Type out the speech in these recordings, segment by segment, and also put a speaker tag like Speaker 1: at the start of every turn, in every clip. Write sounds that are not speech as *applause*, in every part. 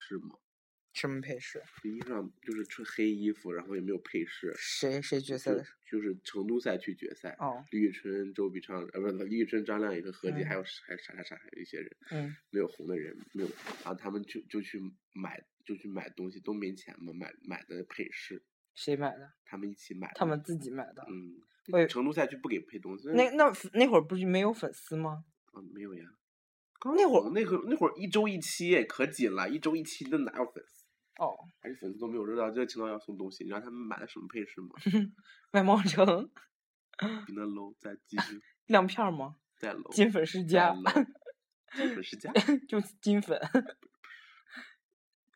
Speaker 1: 饰嘛，
Speaker 2: 什么配饰？
Speaker 1: 就衣裳就是穿黑衣服，然后也没有配饰。
Speaker 2: 谁谁决赛
Speaker 1: 就
Speaker 2: 的时
Speaker 1: 就是成都赛区决赛，
Speaker 2: 候？哦，
Speaker 1: 李宇春、周笔畅，呃，不是李宇春、张靓颖和何洁，还有还有啥啥啥，还有一些人
Speaker 2: 嗯
Speaker 1: 没有红的人，没有，然后他们就就去买，就去买东西，都没钱嘛，买买的配饰，
Speaker 2: 谁买的？
Speaker 1: 他们一起买的。
Speaker 2: 他们自己买的。
Speaker 1: 嗯
Speaker 2: 喂，
Speaker 1: 成都赛区不给配东西，嗯
Speaker 2: 那那那会儿不是没有粉丝吗？
Speaker 1: 啊没有呀。
Speaker 2: 那会儿
Speaker 1: 哦那会儿那会儿一周一期可紧了，一周一期那哪有粉丝？
Speaker 2: 哦，
Speaker 1: 而且粉丝都没有热到这个情况要送东西，你让他们买的什么配饰吗？
Speaker 2: 卖毛城
Speaker 1: 比那 low 再继续
Speaker 2: 亮片儿吗？
Speaker 1: 再 low
Speaker 2: 金粉世
Speaker 1: 再
Speaker 2: 家
Speaker 1: *laughs* low，金粉世家
Speaker 2: 就是金
Speaker 1: *laughs*
Speaker 2: 粉，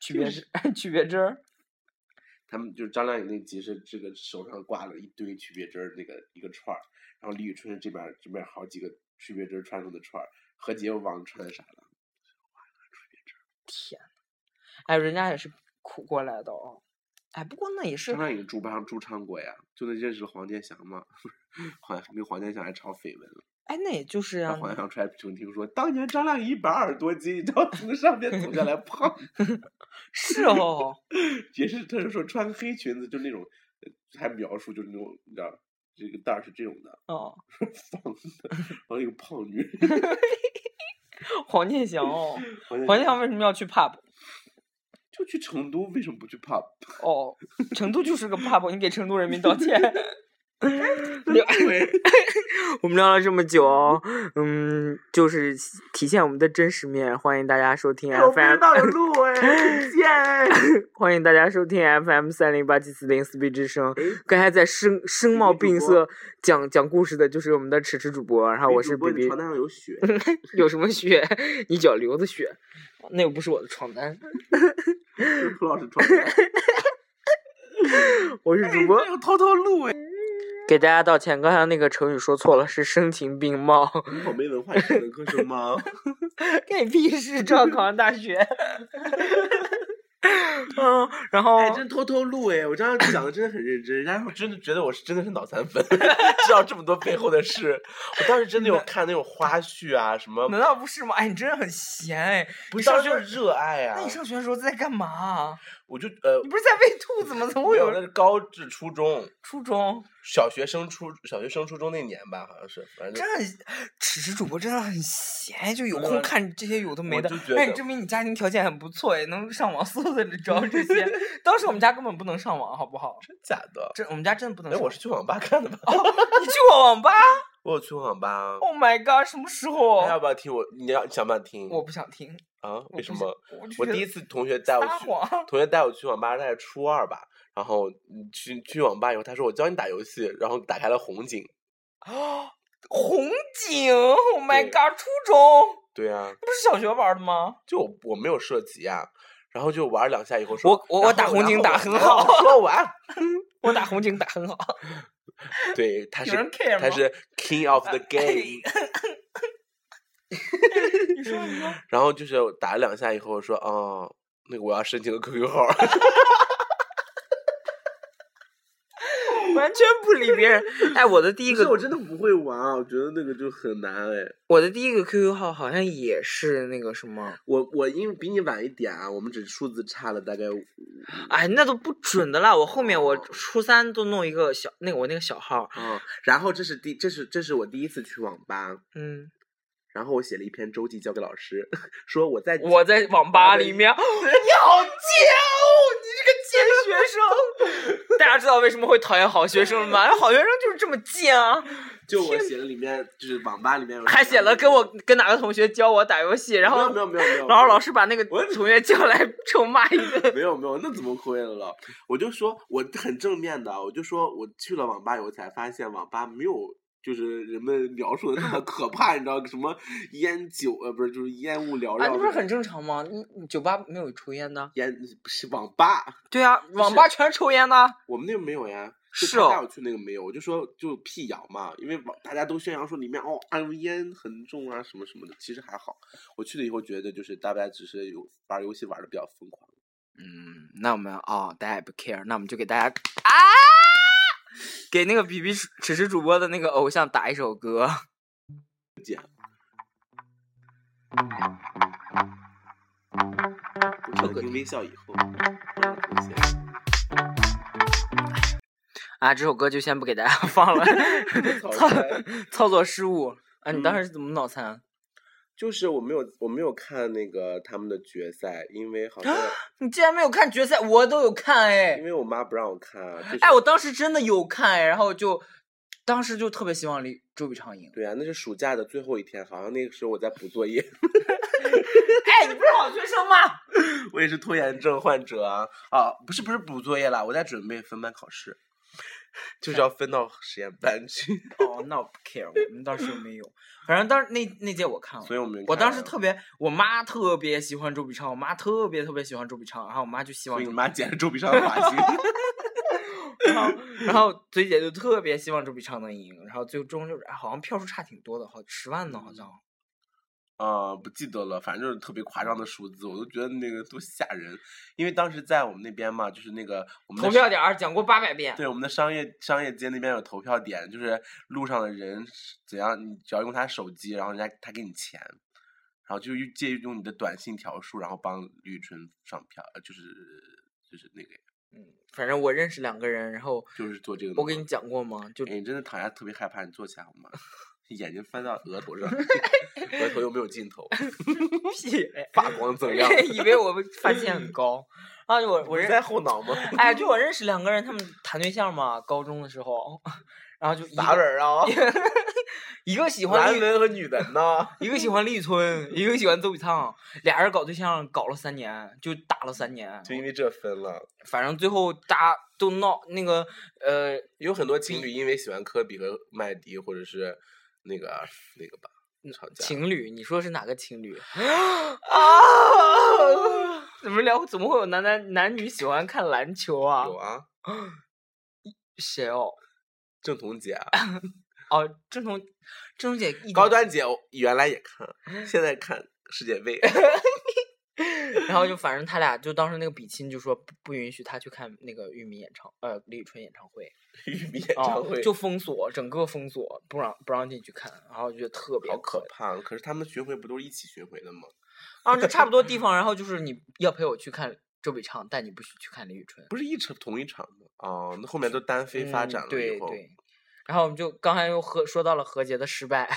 Speaker 2: 曲
Speaker 1: 就
Speaker 2: 别
Speaker 1: 是
Speaker 2: *laughs* 针曲别针儿。
Speaker 1: 他们就是张靓颖那集是这个手上挂了一堆曲别针儿那个一个串儿，然后李宇春这边儿这边儿好几个曲别针儿串成的串儿，何洁又忘了穿啥了，
Speaker 2: 天呐，哎，人家也是苦过来的哦。哎，不过那也是
Speaker 1: 张，靓颖驻帮驻唱过呀，就那认识了黄健翔嘛， *laughs* 黄那黄健翔还炒绯闻了，
Speaker 2: 哎，那也就是
Speaker 1: 然
Speaker 2: 让
Speaker 1: 后黄
Speaker 2: 你
Speaker 1: 健翔出来评听说，当年张靓颖一百二十多斤，你知道从上面走下来胖，
Speaker 2: 是哦，
Speaker 1: 也是他是说穿个黑裙子就那种，呃还描述就是那种你知道这个带儿是这种的，
Speaker 2: 哦，
Speaker 1: 放的，然后一个胖女人， *laughs*
Speaker 2: 黄健翔哦，
Speaker 1: 黄健
Speaker 2: 黄
Speaker 1: 翔
Speaker 2: 健翔为什么要去 pub？
Speaker 1: 就去成都，为什么不去 *laughs* pub？
Speaker 2: 哦，成都就是个 pub，你给成都人民道歉。聊
Speaker 1: *laughs*
Speaker 2: *laughs* 我们聊了这么久哦，嗯，就是体现我们的真实面。欢迎大家收听 FM，
Speaker 1: 路 *laughs* 哎，贱哎！
Speaker 2: 欢迎大家收听 FM 三零八七四零四 B 之声。刚才在声声貌
Speaker 1: 主
Speaker 2: 并
Speaker 1: 播
Speaker 2: 色讲讲故事的就是我们的迟迟主播，然
Speaker 1: 啊
Speaker 2: 后我是 B
Speaker 1: 你
Speaker 2: B。
Speaker 1: 床单上有血，
Speaker 2: 有什么血？你脚流的血，那又不是我的床 *laughs* 单。
Speaker 1: 是 *laughs* 涂老师床单。
Speaker 2: 我是主播，
Speaker 1: 有偷偷录哎！
Speaker 2: 给大家道歉，刚才那个成语说错了，是声情并茂。 *laughs*
Speaker 1: 你好没文化，你是文科生吗？
Speaker 2: 干你屁事！照样考上大学。 *laughs* 嗯，然后
Speaker 1: *laughs* 哎，真偷偷录哎！我这样讲的真的很认真，人家会真的觉得我是真的是脑残粉， *laughs* 知道这么多背后的事。我当时真的有看那种花絮啊，什么
Speaker 2: 难道不是吗？哎，你真的很闲哎。
Speaker 1: 不
Speaker 2: 你
Speaker 1: 是当
Speaker 2: 上
Speaker 1: 时
Speaker 2: 学
Speaker 1: 就热爱啊
Speaker 2: 那，你上学的时候在干嘛啊？
Speaker 1: 我就呃
Speaker 2: 你，不是在喂兔子吗？怎么会
Speaker 1: 没有
Speaker 2: 有
Speaker 1: 那是高至初中，
Speaker 2: 初中？
Speaker 1: 小学生初小学生初中那年吧，好像是，反正就
Speaker 2: 真的很，此时主播真的很闲，哎就有
Speaker 1: 对
Speaker 2: 空看这些有的没的
Speaker 1: 我就觉。
Speaker 2: 哎，
Speaker 1: 得
Speaker 2: 证明你家庭条件很不错，也能上网 *laughs* 搜得着这
Speaker 1: *laughs*
Speaker 2: 些。当时我们家根本不能上网，好不好？
Speaker 1: 真假的。
Speaker 2: 这我们家真的不能
Speaker 1: 哎，
Speaker 2: 上网。
Speaker 1: 我是去网吧 *laughs* 看的吧？
Speaker 2: 你去过网吧
Speaker 1: 我有去网吧啊。
Speaker 2: ？Oh my god！什么时
Speaker 1: 他要
Speaker 2: 候？
Speaker 1: 不要听我？你要想不想听？
Speaker 2: 我不想听。
Speaker 1: 啊，
Speaker 2: 我
Speaker 1: 哎为什
Speaker 2: 不想
Speaker 1: 么？？
Speaker 2: 我就
Speaker 1: 我
Speaker 2: 觉
Speaker 1: 第一
Speaker 2: 得
Speaker 1: 次同学带我
Speaker 2: 撒
Speaker 1: 去， *laughs*
Speaker 2: 谎。
Speaker 1: 同学带我去网吧，大概初二吧。然后嗯去去网吧以后，他说我教你打游戏，然后打开了红警。
Speaker 2: 红警，Oh my
Speaker 1: 对
Speaker 2: god！初中
Speaker 1: 对啊，
Speaker 2: 不是小学玩的吗？
Speaker 1: 就我我没有涉及啊。然后就玩两下以后说，
Speaker 2: 我我我
Speaker 1: 然
Speaker 2: 打
Speaker 1: 后
Speaker 2: 红
Speaker 1: 然
Speaker 2: 警
Speaker 1: 后
Speaker 2: 打
Speaker 1: 我
Speaker 2: 很
Speaker 1: 然后我
Speaker 2: 好
Speaker 1: 说完，
Speaker 2: 我打红警打很好， *laughs*
Speaker 1: 对，他
Speaker 2: 有
Speaker 1: 是
Speaker 2: 人 care
Speaker 1: 他
Speaker 2: 吗哎
Speaker 1: 是 king of the game。
Speaker 2: *laughs* 你说你说，
Speaker 1: 然后就是打了两下以后说，哦，那个我要申请个 QQ 号。
Speaker 2: *laughs* 完全不理别人。哎，我的第一
Speaker 1: 不是
Speaker 2: 个
Speaker 1: 我真的不会玩啊，我觉得那个就很难哎。
Speaker 2: 我的第一个 QQ 号好像也是那个什么，
Speaker 1: 我我因为比你晚一点啊，我们只数字差了大概五
Speaker 2: 哎，那都不准的啦。我后面我
Speaker 1: 哦
Speaker 2: 初三都弄一个小那个我那个小号，
Speaker 1: 啊。然后这是第这是这是我第一次去网吧，
Speaker 2: 嗯，
Speaker 1: 然后我写了一篇周记交给老师， *laughs* 说我在
Speaker 2: 我在网吧里面，你好贱哦，你这个贱学生。大 *laughs* 家知道为什么会讨厌好学生了吗？好学生就是这么贱啊！
Speaker 1: 就我写了里面就是网吧里面有
Speaker 2: 还写了跟我跟哪个同学教我打游戏，然后
Speaker 1: 没有没有没有没有，
Speaker 2: 然后老师把那个
Speaker 1: 我
Speaker 2: 同学叫来臭骂一顿。
Speaker 1: *laughs* 没有没有，那怎么会了？我就说我很正面的，我就说我去了网吧以后才发现网吧没有。就是人们描述的那么可怕，你知道什么烟酒呃不是就是烟雾缭绕
Speaker 2: 啊，
Speaker 1: 的，
Speaker 2: 那不是很正常吗？你你酒吧没有抽烟的？
Speaker 1: 烟不是网吧，
Speaker 2: 对啊，网吧全是抽烟的。
Speaker 1: 我们那个没有呀，就是他带
Speaker 2: 哦
Speaker 1: 我去那个没有，我就说就辟谣嘛，因为网大家都宣扬说里面哦，哎呦烟很重啊什么什么的，其实还好。我去了以后觉得就是大家只是有玩游戏玩的比较疯狂，
Speaker 2: 嗯，那我们哦，大家也不 care，那我们就给大家啊， *laughs* 给那个比比只是主播的那个偶像打一首歌。
Speaker 1: 这样不曾听微笑以后，我的头衔。
Speaker 2: 啊，这首歌就先不给 *laughs* 大家放了，操
Speaker 1: 草率
Speaker 2: 操作失误啊！你当
Speaker 1: 嗯
Speaker 2: 时怎么脑残啊？
Speaker 1: 就是我没有我没有看那个他们的决赛，因为好像
Speaker 2: 你竟然没有看决赛，我都有看
Speaker 1: 因
Speaker 2: 哎！
Speaker 1: 为我妈不让我看啊。就是、
Speaker 2: 哎，我当时真的有看哎，然后就当时就特别希望李周笔畅赢。
Speaker 1: 对啊，那是暑假的最后一天，好像那个时候我在补作业。
Speaker 2: *laughs*
Speaker 1: *laughs*
Speaker 2: 哎，你不是好学生吗？
Speaker 1: 我也是拖延症患者啊！啊，不是不是补作业啦，我在准备分班考试，就是
Speaker 2: 哎
Speaker 1: 要分到实验班去。
Speaker 2: 哦，那我不 care，我们当时没有，反正当时那那届我看了
Speaker 1: 所。以我们
Speaker 2: 哦我当时
Speaker 1: 看了，啊
Speaker 2: 特别，我妈特别喜欢周笔畅，我妈特别特别喜欢周笔畅，然后我妈就希望
Speaker 1: 所以
Speaker 2: 周
Speaker 1: 你妈剪了周笔畅的发型。 *laughs*
Speaker 2: 然后然后嘴姐就特别希望周笔畅能赢，然后最终就是哎好像票数差挺多的，好十万呢好像。
Speaker 1: 嗯呃，不记得了，反正就是特别夸张的数字，我都觉得那个多吓人。因为当时在我们那边嘛，就是那个我们的
Speaker 2: 投票点儿讲过八百遍，
Speaker 1: 对，我们的商业商业街那边有投票点，就是路上的人是怎样，你只要用他手机，然后人家他给你钱，然后就用借用你的短信条数，然后帮李宇春上票，呃就是就是那个
Speaker 2: 反正我认识两个人，然后
Speaker 1: 就是做这个的吗。
Speaker 2: 我给你讲过吗？就
Speaker 1: 哎，你真的躺下特别害怕，你坐下好吗？ *laughs* 眼睛翻到额头上， *laughs* 额头又没有尽头，
Speaker 2: *laughs* 屁嘞，。
Speaker 1: 发光锃亮
Speaker 2: 以为我们发现很高，啊我 *laughs* 我
Speaker 1: 你
Speaker 2: 认
Speaker 1: 在后
Speaker 2: *laughs*
Speaker 1: 脑吗？
Speaker 2: 哎就我认识两个人，他们谈对象嘛，高中的时候， *laughs* 然后就一
Speaker 1: 打
Speaker 2: 个
Speaker 1: 人啊！
Speaker 2: 一个喜欢
Speaker 1: 男
Speaker 2: 绿
Speaker 1: 人和女人呢？ *laughs*
Speaker 2: 一个喜欢立春，一个喜欢周笔畅，俩人搞对象搞了三年，就打了三年，
Speaker 1: 就因为这分了，
Speaker 2: 反正最后大家都闹那个呃，
Speaker 1: 有很多情侣因为喜欢科比和麦迪，或者是那个那个吧，吵架。
Speaker 2: 嗯情侣，你说是哪个情侣？ *gasps* 啊！怎么聊？怎么会有男男男女喜欢看篮球啊
Speaker 1: 有？啊，
Speaker 2: 谁哦？
Speaker 1: 郑彤姐啊、
Speaker 2: *laughs* 哦，郑彤，郑彤姐一
Speaker 1: 高，端姐，我原来也看，现在看世界
Speaker 2: *laughs*
Speaker 1: 杯。
Speaker 2: 然后就反正他俩就当时那个比亲就说不不允许他去看那个玉米演唱呃李宇春演唱会，
Speaker 1: 玉米演
Speaker 2: 哦
Speaker 1: 唱会、
Speaker 2: 就封锁，整个封锁，不让不让进去看，然后我觉得特别
Speaker 1: 好可
Speaker 2: 怕。
Speaker 1: 怕。可是他们巡回不都是一起巡回的吗？
Speaker 2: 然后就差不多地方，然后就是你要陪我去看周笔畅，但你不许去看李宇春。
Speaker 1: 不是一场同一场吗？哦，那后面都单飞发
Speaker 2: 嗯
Speaker 1: 展了
Speaker 2: 对
Speaker 1: 以后，
Speaker 2: 对。然后我们就刚才又和说到了何洁的失败，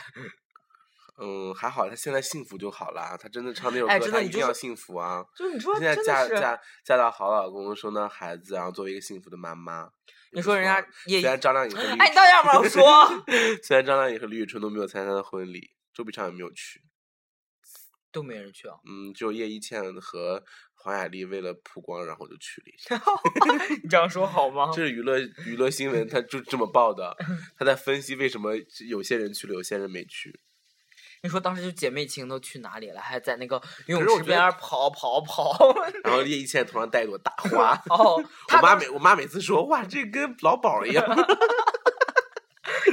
Speaker 1: 嗯，还好他现在幸福就好啦。他真的唱那首歌，
Speaker 2: 哎真的
Speaker 1: 他
Speaker 2: 你
Speaker 1: 一定
Speaker 2: 就
Speaker 1: 要
Speaker 2: 是
Speaker 1: 幸福啊！
Speaker 2: 就是 *laughs* 你说
Speaker 1: 现
Speaker 2: 真
Speaker 1: 在嫁
Speaker 2: 的是，
Speaker 1: 嫁嫁到好老公，生到孩子，然后作为一个幸福的妈妈。
Speaker 2: 你说人家
Speaker 1: 虽
Speaker 2: 也，
Speaker 1: 然张靓颖和李宇
Speaker 2: 哎，你到底要不要我
Speaker 1: *laughs*
Speaker 2: 说？
Speaker 1: 春虽然张靓颖和李宇春都没有参加他的婚礼，周笔畅也没有去。
Speaker 2: 都没人去啊！ *laughs*
Speaker 1: 嗯，只有叶一茜和黄雅莉为了曝光，然后就去了一下。
Speaker 2: 你这样说好吗？ *laughs*
Speaker 1: 这是娱乐娱乐新闻，他就这么报的。他在分析为什么有些人去了，有些人没去。
Speaker 2: 你说当时就姐妹情都去哪里了？还在那个游
Speaker 1: 可
Speaker 2: 泳
Speaker 1: 是我
Speaker 2: 池
Speaker 1: 觉
Speaker 2: 边
Speaker 1: 得
Speaker 2: 儿跑跑跑。。
Speaker 1: 然后叶一茜头上戴一朵大花
Speaker 2: *laughs* 哦，
Speaker 1: 我
Speaker 2: 他
Speaker 1: 妈
Speaker 2: 当
Speaker 1: 每我妈每次说哇，这跟老鸨儿
Speaker 2: *laughs*
Speaker 1: 一样。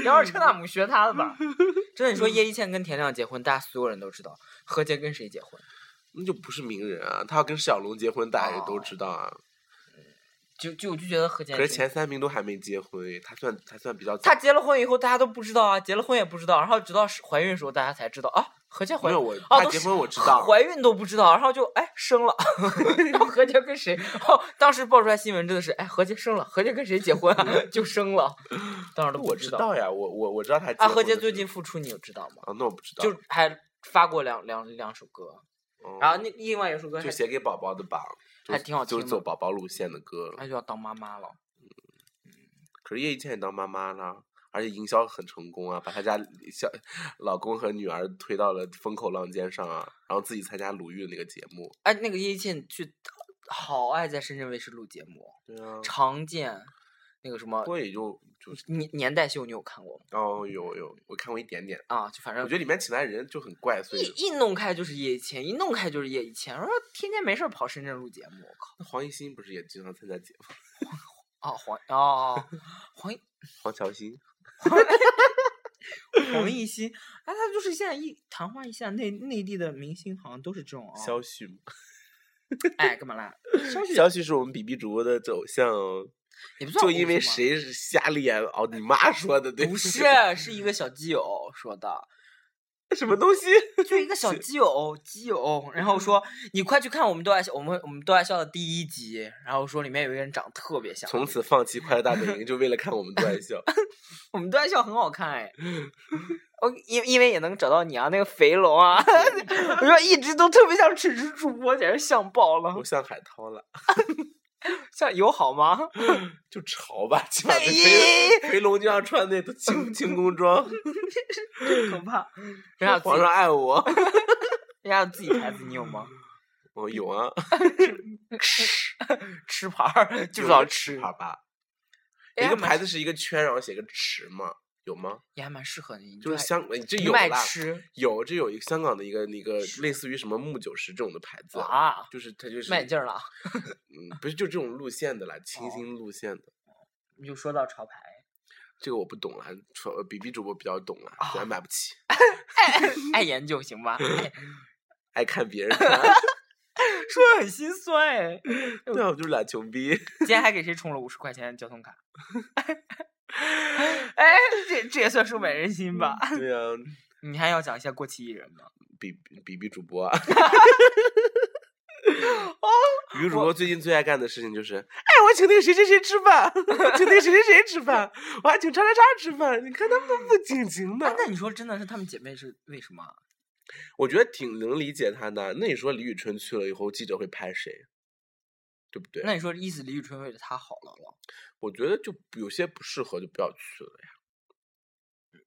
Speaker 2: 杨二车纳姆学他的
Speaker 1: *laughs*
Speaker 2: 吧？真的，你说叶一茜跟田亮结婚，大家所有人都知道。何洁跟谁结婚？
Speaker 1: 那就不是名人啊！他要跟小龙结婚，大家也都
Speaker 2: 哦
Speaker 1: 知道啊。
Speaker 2: 就就我就觉得何洁
Speaker 1: 可是
Speaker 2: 挺
Speaker 1: 前三名都还没结婚诶，他算他算比较早
Speaker 2: 她。结了婚以后，大家都不知道啊，结了婚也不知道，然后直到是怀孕的时候，大家才知道啊，何洁怀
Speaker 1: 没有
Speaker 2: 孕，
Speaker 1: 我，
Speaker 2: 哦
Speaker 1: 他
Speaker 2: 都
Speaker 1: 结
Speaker 2: 是
Speaker 1: 婚我知道。
Speaker 2: *laughs* 怀孕都不知道，然后就哎生了， *laughs* 然后何洁跟谁？哦，当时爆出来新闻真的是，哎，何洁生了，何洁跟谁结婚啊？ *laughs* 就生了，当时都不
Speaker 1: 我
Speaker 2: 知
Speaker 1: 知
Speaker 2: 道。
Speaker 1: 道呀，我我我知道他
Speaker 2: 啊，
Speaker 1: 婚
Speaker 2: 何洁
Speaker 1: 的
Speaker 2: 最
Speaker 1: 时
Speaker 2: 近复出，你有知道吗？
Speaker 1: 候啊，那我不知道。
Speaker 2: 就还发过两两两首歌，
Speaker 1: 嗯
Speaker 2: 然后那另外一首歌还
Speaker 1: 就写给宝宝的吧，就
Speaker 2: 还
Speaker 1: 是
Speaker 2: 挺好
Speaker 1: 就是
Speaker 2: 听
Speaker 1: 走
Speaker 2: 的哎
Speaker 1: 宝宝路线的歌。
Speaker 2: 那就要当妈妈了。
Speaker 1: 可是叶一茜也当妈妈了。而且营销很成功啊，把她家小老公和女儿推到了风口浪尖上啊，然后自己参加鲁豫那个节目。
Speaker 2: 哎，那个叶一茜去，好爱在深圳卫视录节目，
Speaker 1: 对啊，
Speaker 2: 常见那个什么
Speaker 1: 不过也就就是
Speaker 2: 年年代秀，你有看过吗？
Speaker 1: 哦，有有，我看过一点点。
Speaker 2: 啊，就反
Speaker 1: 我
Speaker 2: 正
Speaker 1: 觉得里面请来人就很怪，所以
Speaker 2: 一一弄开就是叶一茜，一弄开就是叶一茜，然后天天没事儿跑深圳录节目，我靠！
Speaker 1: 那黄一新不是也经常参加节目？
Speaker 2: 哦黄哦 *laughs* 黄
Speaker 1: 黄乔欣，
Speaker 2: 黄艺昕，哎，他就是现在一昙花一现，内内地的明星好像都是这种啊、
Speaker 1: 肖旭嘛，
Speaker 2: 哎，干嘛啦？
Speaker 1: *laughs*
Speaker 2: 肖旭
Speaker 1: 肖旭是我们比比主播的偶像哦，
Speaker 2: 也不算
Speaker 1: *laughs* 就
Speaker 2: 偶
Speaker 1: 因为
Speaker 2: 像吧
Speaker 1: 谁是瞎了眼哦，你妈说的对 *laughs*
Speaker 2: 不是，是一个小基友说的。 *laughs* 什么东西？就一个小基友，基友，然
Speaker 1: 嗯
Speaker 2: 后说你快去看我们都爱笑，我们我们都爱笑的第一集，然后说里面有一个人长得特别像，
Speaker 1: *laughs* 从此放弃快乐大本营，就为了看我们都爱笑。
Speaker 2: 我们都爱笑很好看哎，我因因为也能找到你啊，那个肥龙啊， *laughs* 我说一直都特别像吃吃主播，简直像爆了
Speaker 1: *laughs* 我，像海涛了，
Speaker 2: 像友好吗？ *laughs*
Speaker 1: 就潮吧，起码
Speaker 2: 哎
Speaker 1: 这肥肥龙就要穿那清清
Speaker 2: *laughs*
Speaker 1: 宫装，
Speaker 2: 真可
Speaker 1: *laughs*
Speaker 2: 怕，人家有
Speaker 1: 让
Speaker 2: 自
Speaker 1: 皇
Speaker 2: 己
Speaker 1: 上爱我。
Speaker 2: 人家有自己牌子，你有
Speaker 1: *laughs*
Speaker 2: 吗？
Speaker 1: 我
Speaker 2: *laughs*
Speaker 1: 有啊，
Speaker 2: 吃牌儿就知道吃，
Speaker 1: 好吧？
Speaker 2: 哎
Speaker 1: 一个
Speaker 2: 还蛮
Speaker 1: 牌子是一个圈，然后写个池嘛，有吗？
Speaker 2: 也还蛮适合你，你
Speaker 1: 就是
Speaker 2: 还
Speaker 1: 香，你这
Speaker 2: 你
Speaker 1: 有
Speaker 2: 卖
Speaker 1: 啦，
Speaker 2: 吃
Speaker 1: 有这有一个香港的一个那个
Speaker 2: 是
Speaker 1: 类似于什么木九十这种的牌子，
Speaker 2: 哇，
Speaker 1: 就是它就是
Speaker 2: 卖劲儿哦了。啊
Speaker 1: 嗯，不是就这种路线的啦，清新路线的。
Speaker 2: 你就说到潮牌，
Speaker 1: 这个我不懂啦，说呃比比主播比较懂啦，
Speaker 2: 啊
Speaker 1: 咱买不起，
Speaker 2: *laughs* 爱研究行吧？哎
Speaker 1: 爱看别
Speaker 2: *laughs*
Speaker 1: 人穿，
Speaker 2: 说的很心酸哎。
Speaker 1: 对啊，我就是懒
Speaker 2: *laughs*
Speaker 1: 穷逼。
Speaker 2: 今天还给谁充了五十块钱交通卡？ *laughs* 哎，这这也算收买人心吧？
Speaker 1: 对啊，
Speaker 2: 你还要讲一下过气艺人吗？
Speaker 1: 比比比主
Speaker 2: *laughs*
Speaker 1: 播啊。
Speaker 2: 哦
Speaker 1: 比比主播最近最爱干的事情就是，哎，我请那个谁谁谁吃饭， *laughs* 我请那个谁谁谁吃饭，我还请叉叉叉吃饭，你看他们都不景情
Speaker 2: 啊
Speaker 1: 的，。
Speaker 2: 那你说真的是她们姐妹是为什么啊？
Speaker 1: 我觉得挺能理解他的。那你说李宇春去了以后，记者会拍谁？对不对？
Speaker 2: 那你说意思李宇春为了她好了了？
Speaker 1: 我觉得就有些不适合，就不要去了呀。
Speaker 2: 嗯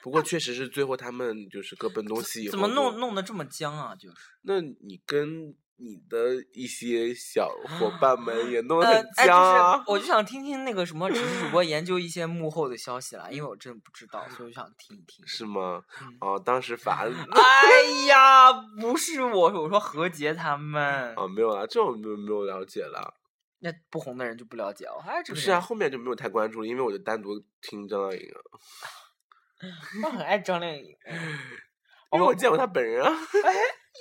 Speaker 1: 不过确实是最后他们就是各奔东西以后，
Speaker 2: 怎么弄？弄得这么僵啊？就是
Speaker 1: 那你跟你的一些小伙伴们也弄得
Speaker 2: 呃
Speaker 1: 很，
Speaker 2: 哎，就
Speaker 1: 僵啊？
Speaker 2: 是我就想听听那个什么，只是主播研究一些幕后的消息啦，因为我真的不知道，所以我想听一听。
Speaker 1: 是吗？
Speaker 2: 嗯
Speaker 1: 哦，当时
Speaker 2: *laughs*
Speaker 1: 罚
Speaker 2: 哎呀，不是我，我说何洁他们，
Speaker 1: 哦，没有啊，这我没有没有了解了。
Speaker 2: 那不红的人就不了解哦。哎，这
Speaker 1: 不
Speaker 2: 个
Speaker 1: 是啊，
Speaker 2: 人，
Speaker 1: 后面就没有太关注了，因为我就单独听张靓颖了，
Speaker 2: *laughs* 我很爱张靓颖。
Speaker 1: 因为
Speaker 2: 哦
Speaker 1: 我见过她本人啊，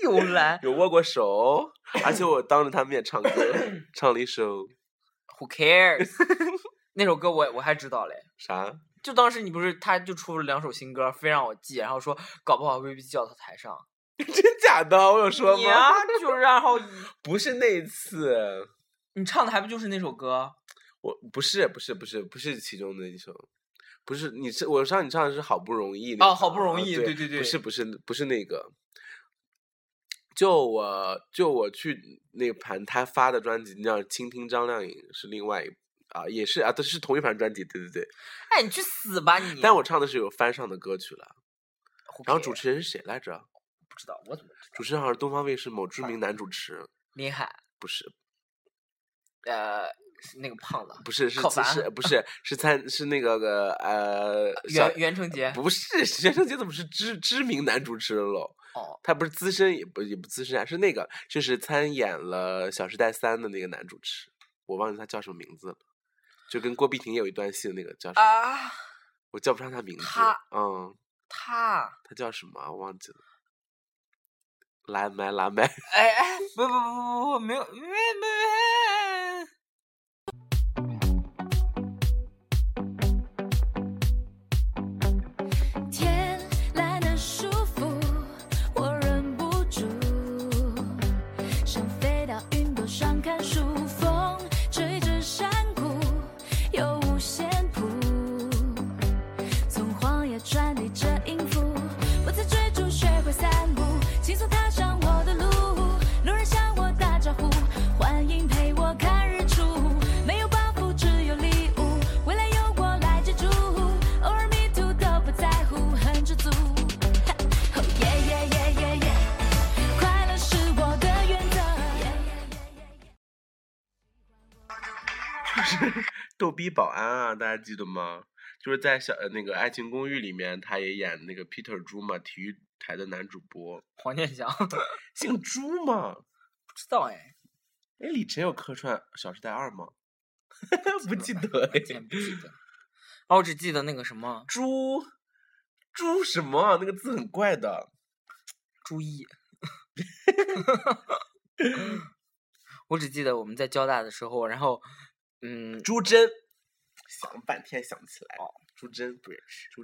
Speaker 2: 又
Speaker 1: *laughs*
Speaker 2: 来
Speaker 1: 有握过手，而且我当着他
Speaker 2: *laughs*
Speaker 1: 面唱歌，唱了一首
Speaker 2: ，Who
Speaker 1: *laughs*
Speaker 2: cares？那首歌我我还知道嘞，
Speaker 1: 啥？ *laughs*
Speaker 2: 就当时你不是他就出了两首新歌，非让我记，然后说搞不好未必叫到台上。
Speaker 1: 真假的？我有说
Speaker 2: 你
Speaker 1: 吗？
Speaker 2: 啊，
Speaker 1: *laughs*
Speaker 2: 就是然后
Speaker 1: 不是那一次，
Speaker 2: 你唱的还不就是那首歌？
Speaker 1: 我不是不是不是不是其中的一首。不是，你是我让你唱的是好不容易那
Speaker 2: 哦
Speaker 1: 个
Speaker 2: 好不
Speaker 1: 啊
Speaker 2: 容易
Speaker 1: 对
Speaker 2: 对对对
Speaker 1: 不是不是不是那个，就我就我去那盘他发的专辑，那叫《倾听张靓颖》是另外一啊，也是啊，都是同一盘专辑，对对对。
Speaker 2: 哎，你去死吧你！
Speaker 1: 但我唱的是有翻唱的歌曲了，
Speaker 2: Who
Speaker 1: 然后主
Speaker 2: care？
Speaker 1: 持人是谁来着？
Speaker 2: 不知道我怎么知道
Speaker 1: 主持人好像是东方卫视某知名男主持，
Speaker 2: 林海
Speaker 1: 不是
Speaker 2: 呃是那个胖子
Speaker 1: 不是是
Speaker 2: 靠
Speaker 1: 是是
Speaker 2: 烦
Speaker 1: 不
Speaker 2: *laughs*
Speaker 1: 是是参是那个个呃小
Speaker 2: 袁袁成杰
Speaker 1: *laughs* 不是袁成杰怎么是知知名男主持人喽？
Speaker 2: 哦
Speaker 1: 他不是资深也不也不资深啊，是那个就是参演了《小时代三》的那个男主持，我忘记他叫什么名字了，就跟郭碧婷也有一段戏的那个叫什么？
Speaker 2: 啊
Speaker 1: 我叫不上他名字
Speaker 2: 他，
Speaker 1: 嗯，
Speaker 2: 他。 *laughs*
Speaker 1: 他叫什么啊？我忘记了。蓝麦蓝 *laughs* 麦，
Speaker 2: 哎哎，不不不不不，没有没没。
Speaker 3: 天蓝得舒服，我忍不住想飞到云朵上看书，风吹着山谷，有五线谱，从荒野传递着音符，我在追逐，学会散步，轻松踏上我的路，路人向我打招呼，欢迎陪我看日出，没有包袱，只有礼物，未来由我来接住。偶尔迷途都不在乎，很知足。 *laughs* 哈哦耶耶耶耶耶，快乐是我的原则。耶耶耶耶耶
Speaker 1: 逗逼保安啊，大家记得吗？就是在小呃那个《爱情公寓》里面，他也演那个 Peter 猪嘛，体育台的男主播，
Speaker 2: 黄健翔不
Speaker 1: 姓朱嘛。
Speaker 2: 知道哎，
Speaker 1: 哎，李晨有客串《小时代二》吗？ *laughs* 不记得
Speaker 2: 完
Speaker 1: 哎
Speaker 2: 全。不记得。然后我只记得那个什么
Speaker 1: 猪猪什么啊？那个字很怪的。
Speaker 2: 朱毅， *laughs* 我只记得我们在交大的时候，然后嗯，
Speaker 1: 朱桢，想了半天想不起来。
Speaker 2: 哦
Speaker 1: 朱桢不认识。朱，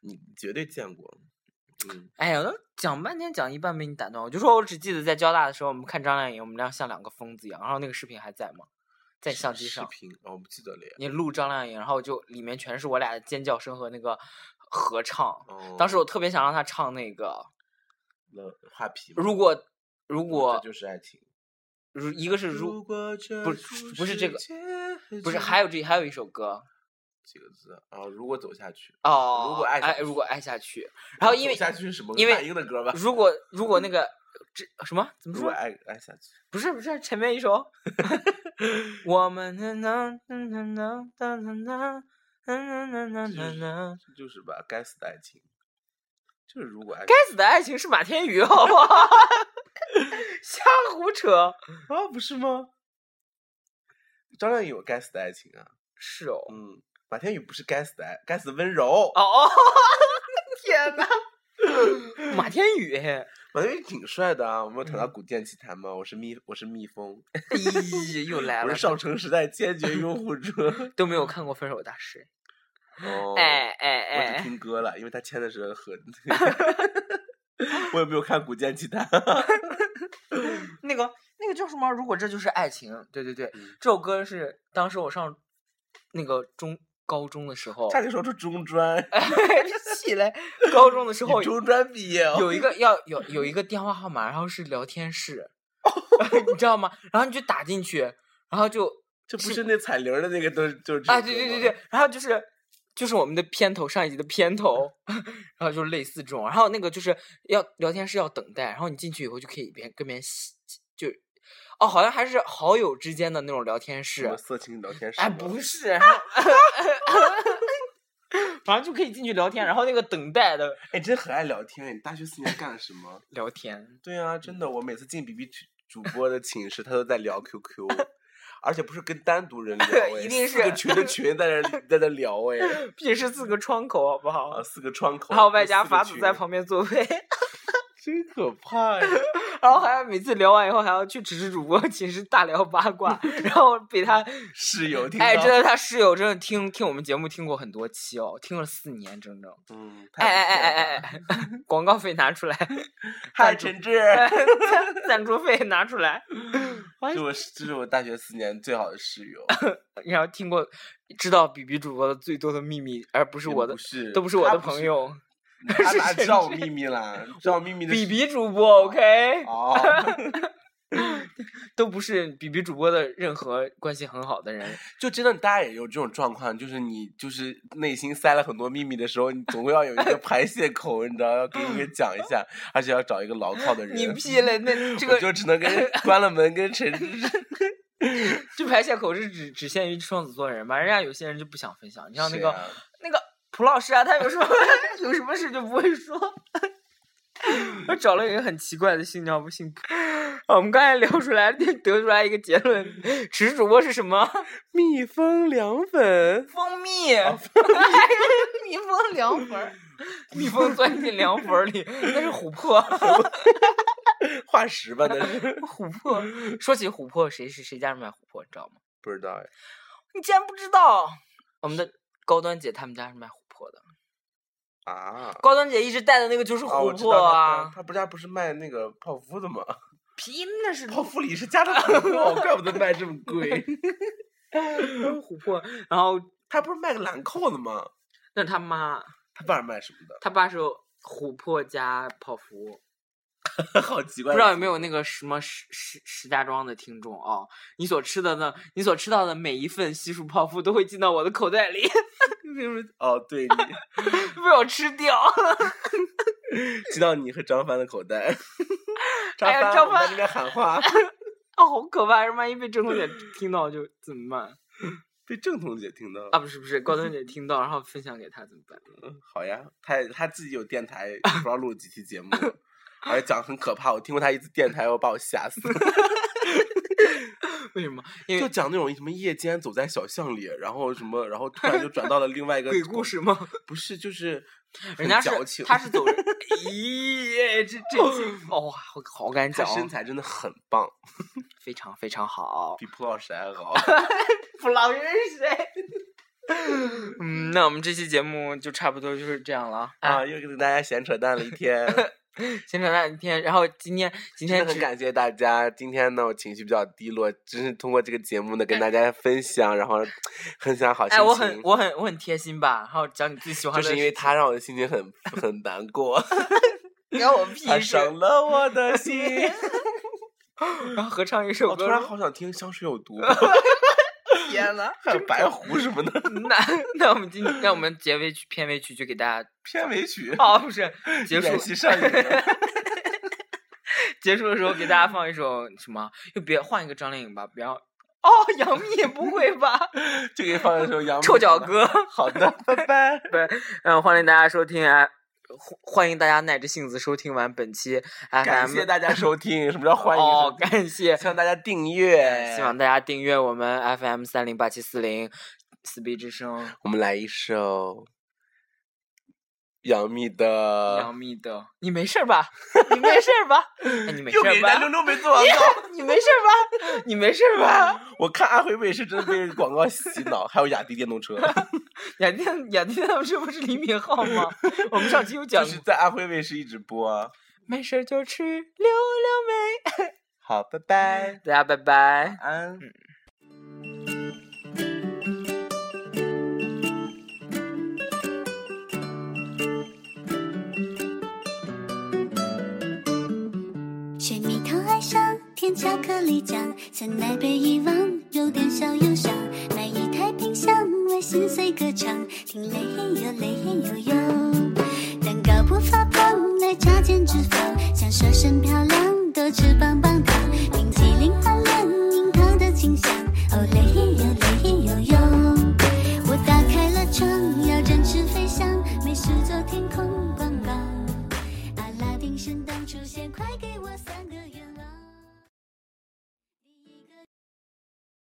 Speaker 1: 你绝对见过。嗯，
Speaker 2: 哎呀，都讲半天讲一半被你打断，我就说我只记得在交大的时候，我们看张靓颖，我们俩像两个疯子一样。然后那个视频还在吗？在相机上
Speaker 1: 视，频哦，我不记得了耶。
Speaker 2: 你录张靓颖，然后就里面全是我俩的尖叫声和那个合唱。
Speaker 1: 哦，
Speaker 2: 当时我特别想让她唱那个，
Speaker 1: 那画皮嘛，
Speaker 2: 如果如
Speaker 1: 嗯
Speaker 2: 果
Speaker 1: 这就是爱情，
Speaker 2: 如一个是
Speaker 1: 如
Speaker 2: 如
Speaker 1: 果这
Speaker 2: 不
Speaker 1: 出
Speaker 2: 不是
Speaker 1: 世
Speaker 2: 这个
Speaker 1: 界
Speaker 2: 不是
Speaker 1: 只
Speaker 2: 还有这还有一首歌
Speaker 1: 几个字啊？如果走下去，
Speaker 2: 哦，
Speaker 1: 如果爱下
Speaker 2: 哎
Speaker 1: 去
Speaker 2: 如果爱下去，然后因为
Speaker 1: 走下去是什么？
Speaker 2: 因为
Speaker 1: 那英的歌吧？
Speaker 2: 如果如果那个这什么怎么说
Speaker 1: 如果？爱爱下去，
Speaker 2: 不是不是，前面一首， *laughs* 我们呐呐呐呐呐呐呐呐呐呐呐
Speaker 1: 这就
Speaker 2: 呐
Speaker 1: 是
Speaker 2: 呐，
Speaker 1: 这就是吧？该死的爱情，就是如果爱
Speaker 2: 该死的爱情是马天宇，好不好？瞎胡扯。
Speaker 1: 啊，不是吗？张靓颖有该死的爱情啊，
Speaker 2: 是哦，
Speaker 1: 嗯，马天宇不是该死的爱，该死的温柔，
Speaker 2: 哦哦， *laughs* 天哪！马天宇，哎
Speaker 1: 马天宇挺帅的啊。我
Speaker 2: 嗯
Speaker 1: 们有谈到古剑奇谭吗？我是蜜，我是蜜蜂，
Speaker 2: 咦又来
Speaker 1: 我
Speaker 2: 了
Speaker 1: 是，少城时代坚决拥护者。
Speaker 2: *laughs* 都没有看过《分手大师
Speaker 1: 哦》。
Speaker 2: 哎哎
Speaker 1: 我只
Speaker 2: 哎，
Speaker 1: 听歌了，因为他签的是
Speaker 2: *laughs*
Speaker 1: 和。我也没有看《古剑奇
Speaker 2: *laughs*
Speaker 1: 谭》
Speaker 2: 那个那个叫什么？如果这就是爱情，对对对，
Speaker 1: 嗯
Speaker 2: 这首歌是当时我上那个中高中的时候，
Speaker 1: 差点说出中专，
Speaker 2: 哎 *laughs* 起来。高中的时候
Speaker 1: 你中专毕业哦。
Speaker 2: 有一个要有有一个电话号码，然后是聊天
Speaker 1: *laughs*
Speaker 2: 室， *laughs* 你知道吗？然后你就打进去，然后就
Speaker 1: 这不是那彩铃儿的那个都就是
Speaker 2: 啊，对对对对，然后就是就是我们的片头上一集的片头， *laughs* 然后就是类似这种，然后那个就是要聊天室要等待，然后你进去以后就可以边跟别人吸就哦，好像还是好友之间的那种聊天室，
Speaker 1: 什么色情聊天室吗？
Speaker 2: 哎，不是，然后 *laughs* 反正就可以进去聊天，然后那个等待的
Speaker 1: 哎，真很爱聊天。你大学四年干了什么？
Speaker 2: 聊 *laughs* 天，
Speaker 1: *laughs* 对啊，真的，我每次进 B B 主播的寝室，他都在聊
Speaker 2: *laughs*
Speaker 1: Q Q，而且不是跟单独人聊哎，
Speaker 2: 一定
Speaker 1: 四个
Speaker 2: 是
Speaker 1: 群的群
Speaker 2: *laughs*
Speaker 1: 在那里在那聊哎，
Speaker 2: 也是四个窗口，好不好？
Speaker 1: 啊，四个窗口，
Speaker 2: 然后外
Speaker 1: 有
Speaker 2: 加
Speaker 1: 四个
Speaker 2: 法子在
Speaker 1: 群，
Speaker 2: 旁边作陪，
Speaker 1: 真可怕呀！
Speaker 2: *laughs* 然后还要每次聊完以后还要去只是主播寝室大聊八 *laughs* 卦，然后被他
Speaker 1: 室友听
Speaker 2: 哎，
Speaker 1: 到
Speaker 2: 真的他室友真的听听我们节目听过很多期哦，听了四年整整。
Speaker 1: 嗯，太
Speaker 2: 哎哎
Speaker 1: 不
Speaker 2: 哎哎
Speaker 1: 错了，
Speaker 2: 哎哎， *laughs* 广告费拿出来，
Speaker 1: 嗨，
Speaker 2: 赞助
Speaker 1: 陈志，
Speaker 2: 哎赞助费拿出来。哎
Speaker 1: 这是我这是我大学四年最好的室友，
Speaker 2: 然后听过知道比比主播的最多的秘密，而不是
Speaker 1: 也
Speaker 2: 我的
Speaker 1: 不，是
Speaker 2: 都不是我
Speaker 1: 他
Speaker 2: 的朋友。
Speaker 1: 他
Speaker 2: 是
Speaker 1: 哪
Speaker 2: 陈
Speaker 1: 知道我
Speaker 2: 志
Speaker 1: 秘密啦？知道我秘密的
Speaker 2: 比
Speaker 1: 是
Speaker 2: 比主播，OK，
Speaker 1: 哦，
Speaker 2: 都不是比比主播的任何关系很好的人。
Speaker 1: 就真的大家也有这种状况，就是你就是内心塞了很多秘密的时候，你总会要有一
Speaker 2: *laughs*
Speaker 1: 个排泄口，你知道，要给你给讲一下，而且要找一个牢靠的人。 *laughs*
Speaker 2: 你屁嘞！那这
Speaker 1: 我就
Speaker 2: 个
Speaker 1: 只能跟关了门跟
Speaker 2: *laughs*
Speaker 1: 陈志。
Speaker 2: 这排泄口是只只限于双子座人吧？人家有些人就不想分享，你像那
Speaker 1: 谁
Speaker 2: 个、
Speaker 1: 啊
Speaker 2: 那个蒲老师啊，他有什么 *laughs* 有什么事就不会说。 *laughs* 我找了一个很奇怪的姓，叫不姓 *laughs* 蒲。啊我们刚才聊出来， *laughs* 得出来一个结论：只是主播是什么？
Speaker 1: 蜜蜂凉粉，
Speaker 2: 啊蜂蜜，蜜 *laughs* 蜂凉粉儿，蜜蜂钻进凉粉儿里，那是琥珀，
Speaker 1: 化石吧那
Speaker 2: *laughs*
Speaker 1: 是？
Speaker 2: 琥珀。说起琥珀，谁是谁家卖琥珀，你知道吗？
Speaker 1: 不知道哎，
Speaker 2: 你竟然不知道？我们的高端姐他们家是卖琥珀的， *laughs*
Speaker 1: 啊。
Speaker 2: 高端姐一直带的那个就是
Speaker 1: 啊，我
Speaker 2: 琥
Speaker 1: 知
Speaker 2: 珀
Speaker 1: 道他
Speaker 2: 啊，
Speaker 1: 他不家不是卖那个泡芙的吗？
Speaker 2: 皮那是
Speaker 1: 泡芙里是加的琥珀，怪不得卖这么
Speaker 2: *laughs*
Speaker 1: 贵。
Speaker 2: 琥珀，然后
Speaker 1: 他不是卖个兰蔻的吗？
Speaker 2: 那他妈
Speaker 1: 他爸是卖什么的？
Speaker 2: 他爸是琥珀加泡芙。 *laughs*
Speaker 1: 好奇怪，
Speaker 2: 不知道有没有那个什么石石石家庄的听众啊、你所吃的呢，你所吃到的每一份西蜀泡芙都会进到我的口袋里， *laughs*
Speaker 1: 有？哦，对你
Speaker 2: 被我吃掉。 *laughs*
Speaker 1: *laughs* 进到你和张帆的口袋。 *laughs*
Speaker 2: 哎呀
Speaker 1: 帆，
Speaker 2: 张
Speaker 1: 我们在
Speaker 2: 帆
Speaker 1: 那边喊
Speaker 2: *laughs*
Speaker 1: 话，
Speaker 2: 哦，好可怕！万一被郑
Speaker 1: *laughs*
Speaker 2: 红姐听到就怎么办？
Speaker 1: 被郑彤姐听到
Speaker 2: 啊，
Speaker 1: 了。
Speaker 2: 不是不是，高端姐听到然后分享给她怎么办？
Speaker 1: *laughs* 嗯好呀，他也他自己有电台，不知道录了几期节
Speaker 2: *laughs*
Speaker 1: 目，而且讲得很可怕。我听过他一次电台，我把我吓死。
Speaker 2: 为什么？因
Speaker 1: 就
Speaker 2: 为
Speaker 1: 讲那种什么夜间走在小巷里，然后什么，然后突然就转到了另外一个
Speaker 2: 鬼故，事吗？
Speaker 1: 不是就是很
Speaker 2: 人家
Speaker 1: 矫
Speaker 2: 是
Speaker 1: 情，
Speaker 2: 他是走
Speaker 1: *laughs*
Speaker 2: 人，咦，这这期哦，好好敢
Speaker 1: 他
Speaker 2: 讲哦，
Speaker 1: 身材真的很棒，
Speaker 2: 非常非常好。 *laughs*
Speaker 1: *laughs* 比蒲老师还好。
Speaker 2: 不老师是谁？ *laughs* 嗯，那我们这期节目就差不多就是这样了啊。
Speaker 1: 啊，又跟大家闲扯淡了一天，
Speaker 2: 先扯淡一天，然后今天今
Speaker 1: 真
Speaker 2: 天
Speaker 1: 的很
Speaker 2: 只
Speaker 1: 感谢大家。今天呢，我情绪比较低落，只是通过这个节目呢跟大家分享，然后分享好心
Speaker 2: 哎，
Speaker 1: 情。
Speaker 2: 我很我很我很贴心吧？然后讲你最喜欢
Speaker 1: 就
Speaker 2: 的，
Speaker 1: 是因为他让我的心情很很难
Speaker 2: *laughs*
Speaker 1: 过，
Speaker 2: 关我屁
Speaker 1: 他
Speaker 2: 事。
Speaker 1: 伤了我的心。
Speaker 2: *laughs* 然后合唱一
Speaker 1: 我
Speaker 2: 首
Speaker 1: 突
Speaker 2: 歌，
Speaker 1: 然好想听《香水有 *laughs* 毒》，
Speaker 2: 天了。
Speaker 1: 还有白狐什么的
Speaker 2: *laughs* 那那我们今那我们结尾曲片尾曲就给大家
Speaker 1: 片尾曲，
Speaker 2: 哦不是结束
Speaker 1: 演戏上
Speaker 2: *laughs*
Speaker 1: 瘾了。
Speaker 2: 结束的时候给大家放一首什么？就别换一个张靓颖吧，不要哦杨幂不会吧？
Speaker 1: 就给放一首杨幂
Speaker 2: *laughs* 臭脚
Speaker 1: 的。
Speaker 2: 哥。
Speaker 1: 好的，拜拜。
Speaker 2: *laughs* 嗯，欢迎大家收听啊，欢欢迎大家耐着性子收听完本期 FM。
Speaker 1: 感谢大家收听，哎什么叫欢迎？
Speaker 2: 哦，感谢，
Speaker 1: 希望大家订阅。
Speaker 2: 希望大家订阅我们 FM 三零八七四零四 B 之声
Speaker 1: 我们来一首杨幂的
Speaker 2: 杨。幂的。你没事儿吧？ *laughs* 你没事儿
Speaker 1: *laughs*
Speaker 2: 吧？哎你没事
Speaker 1: 又给
Speaker 2: 儿
Speaker 1: 人家
Speaker 2: 吧？
Speaker 1: 溜溜梅做广告，
Speaker 2: *laughs* 你没事儿吧？你没事儿吧？
Speaker 1: 我看安徽卫视真的被广告洗脑，还有雅迪电动车，
Speaker 2: 雅典雅典他们是不是李敏镐吗？ *laughs* 我们上期有 *laughs* 讲
Speaker 1: 就
Speaker 2: 过
Speaker 1: 是，在安徽卫视一直播。啊
Speaker 2: 没事儿就吃溜溜
Speaker 1: 好，拜拜
Speaker 2: 梅。，大家拜拜。
Speaker 1: 安。
Speaker 4: 水蜜桃爱上甜巧克力酱，酸奶被遗忘，有点小忧伤。买一台冰箱为心碎歌唱，听累嘿哟累嘿哟哟。蛋糕不发胖，奶茶减脂肪，想瘦身漂亮，多吃棒棒糖。冰淇淋换脸，樱桃的清香，哦嘞嘿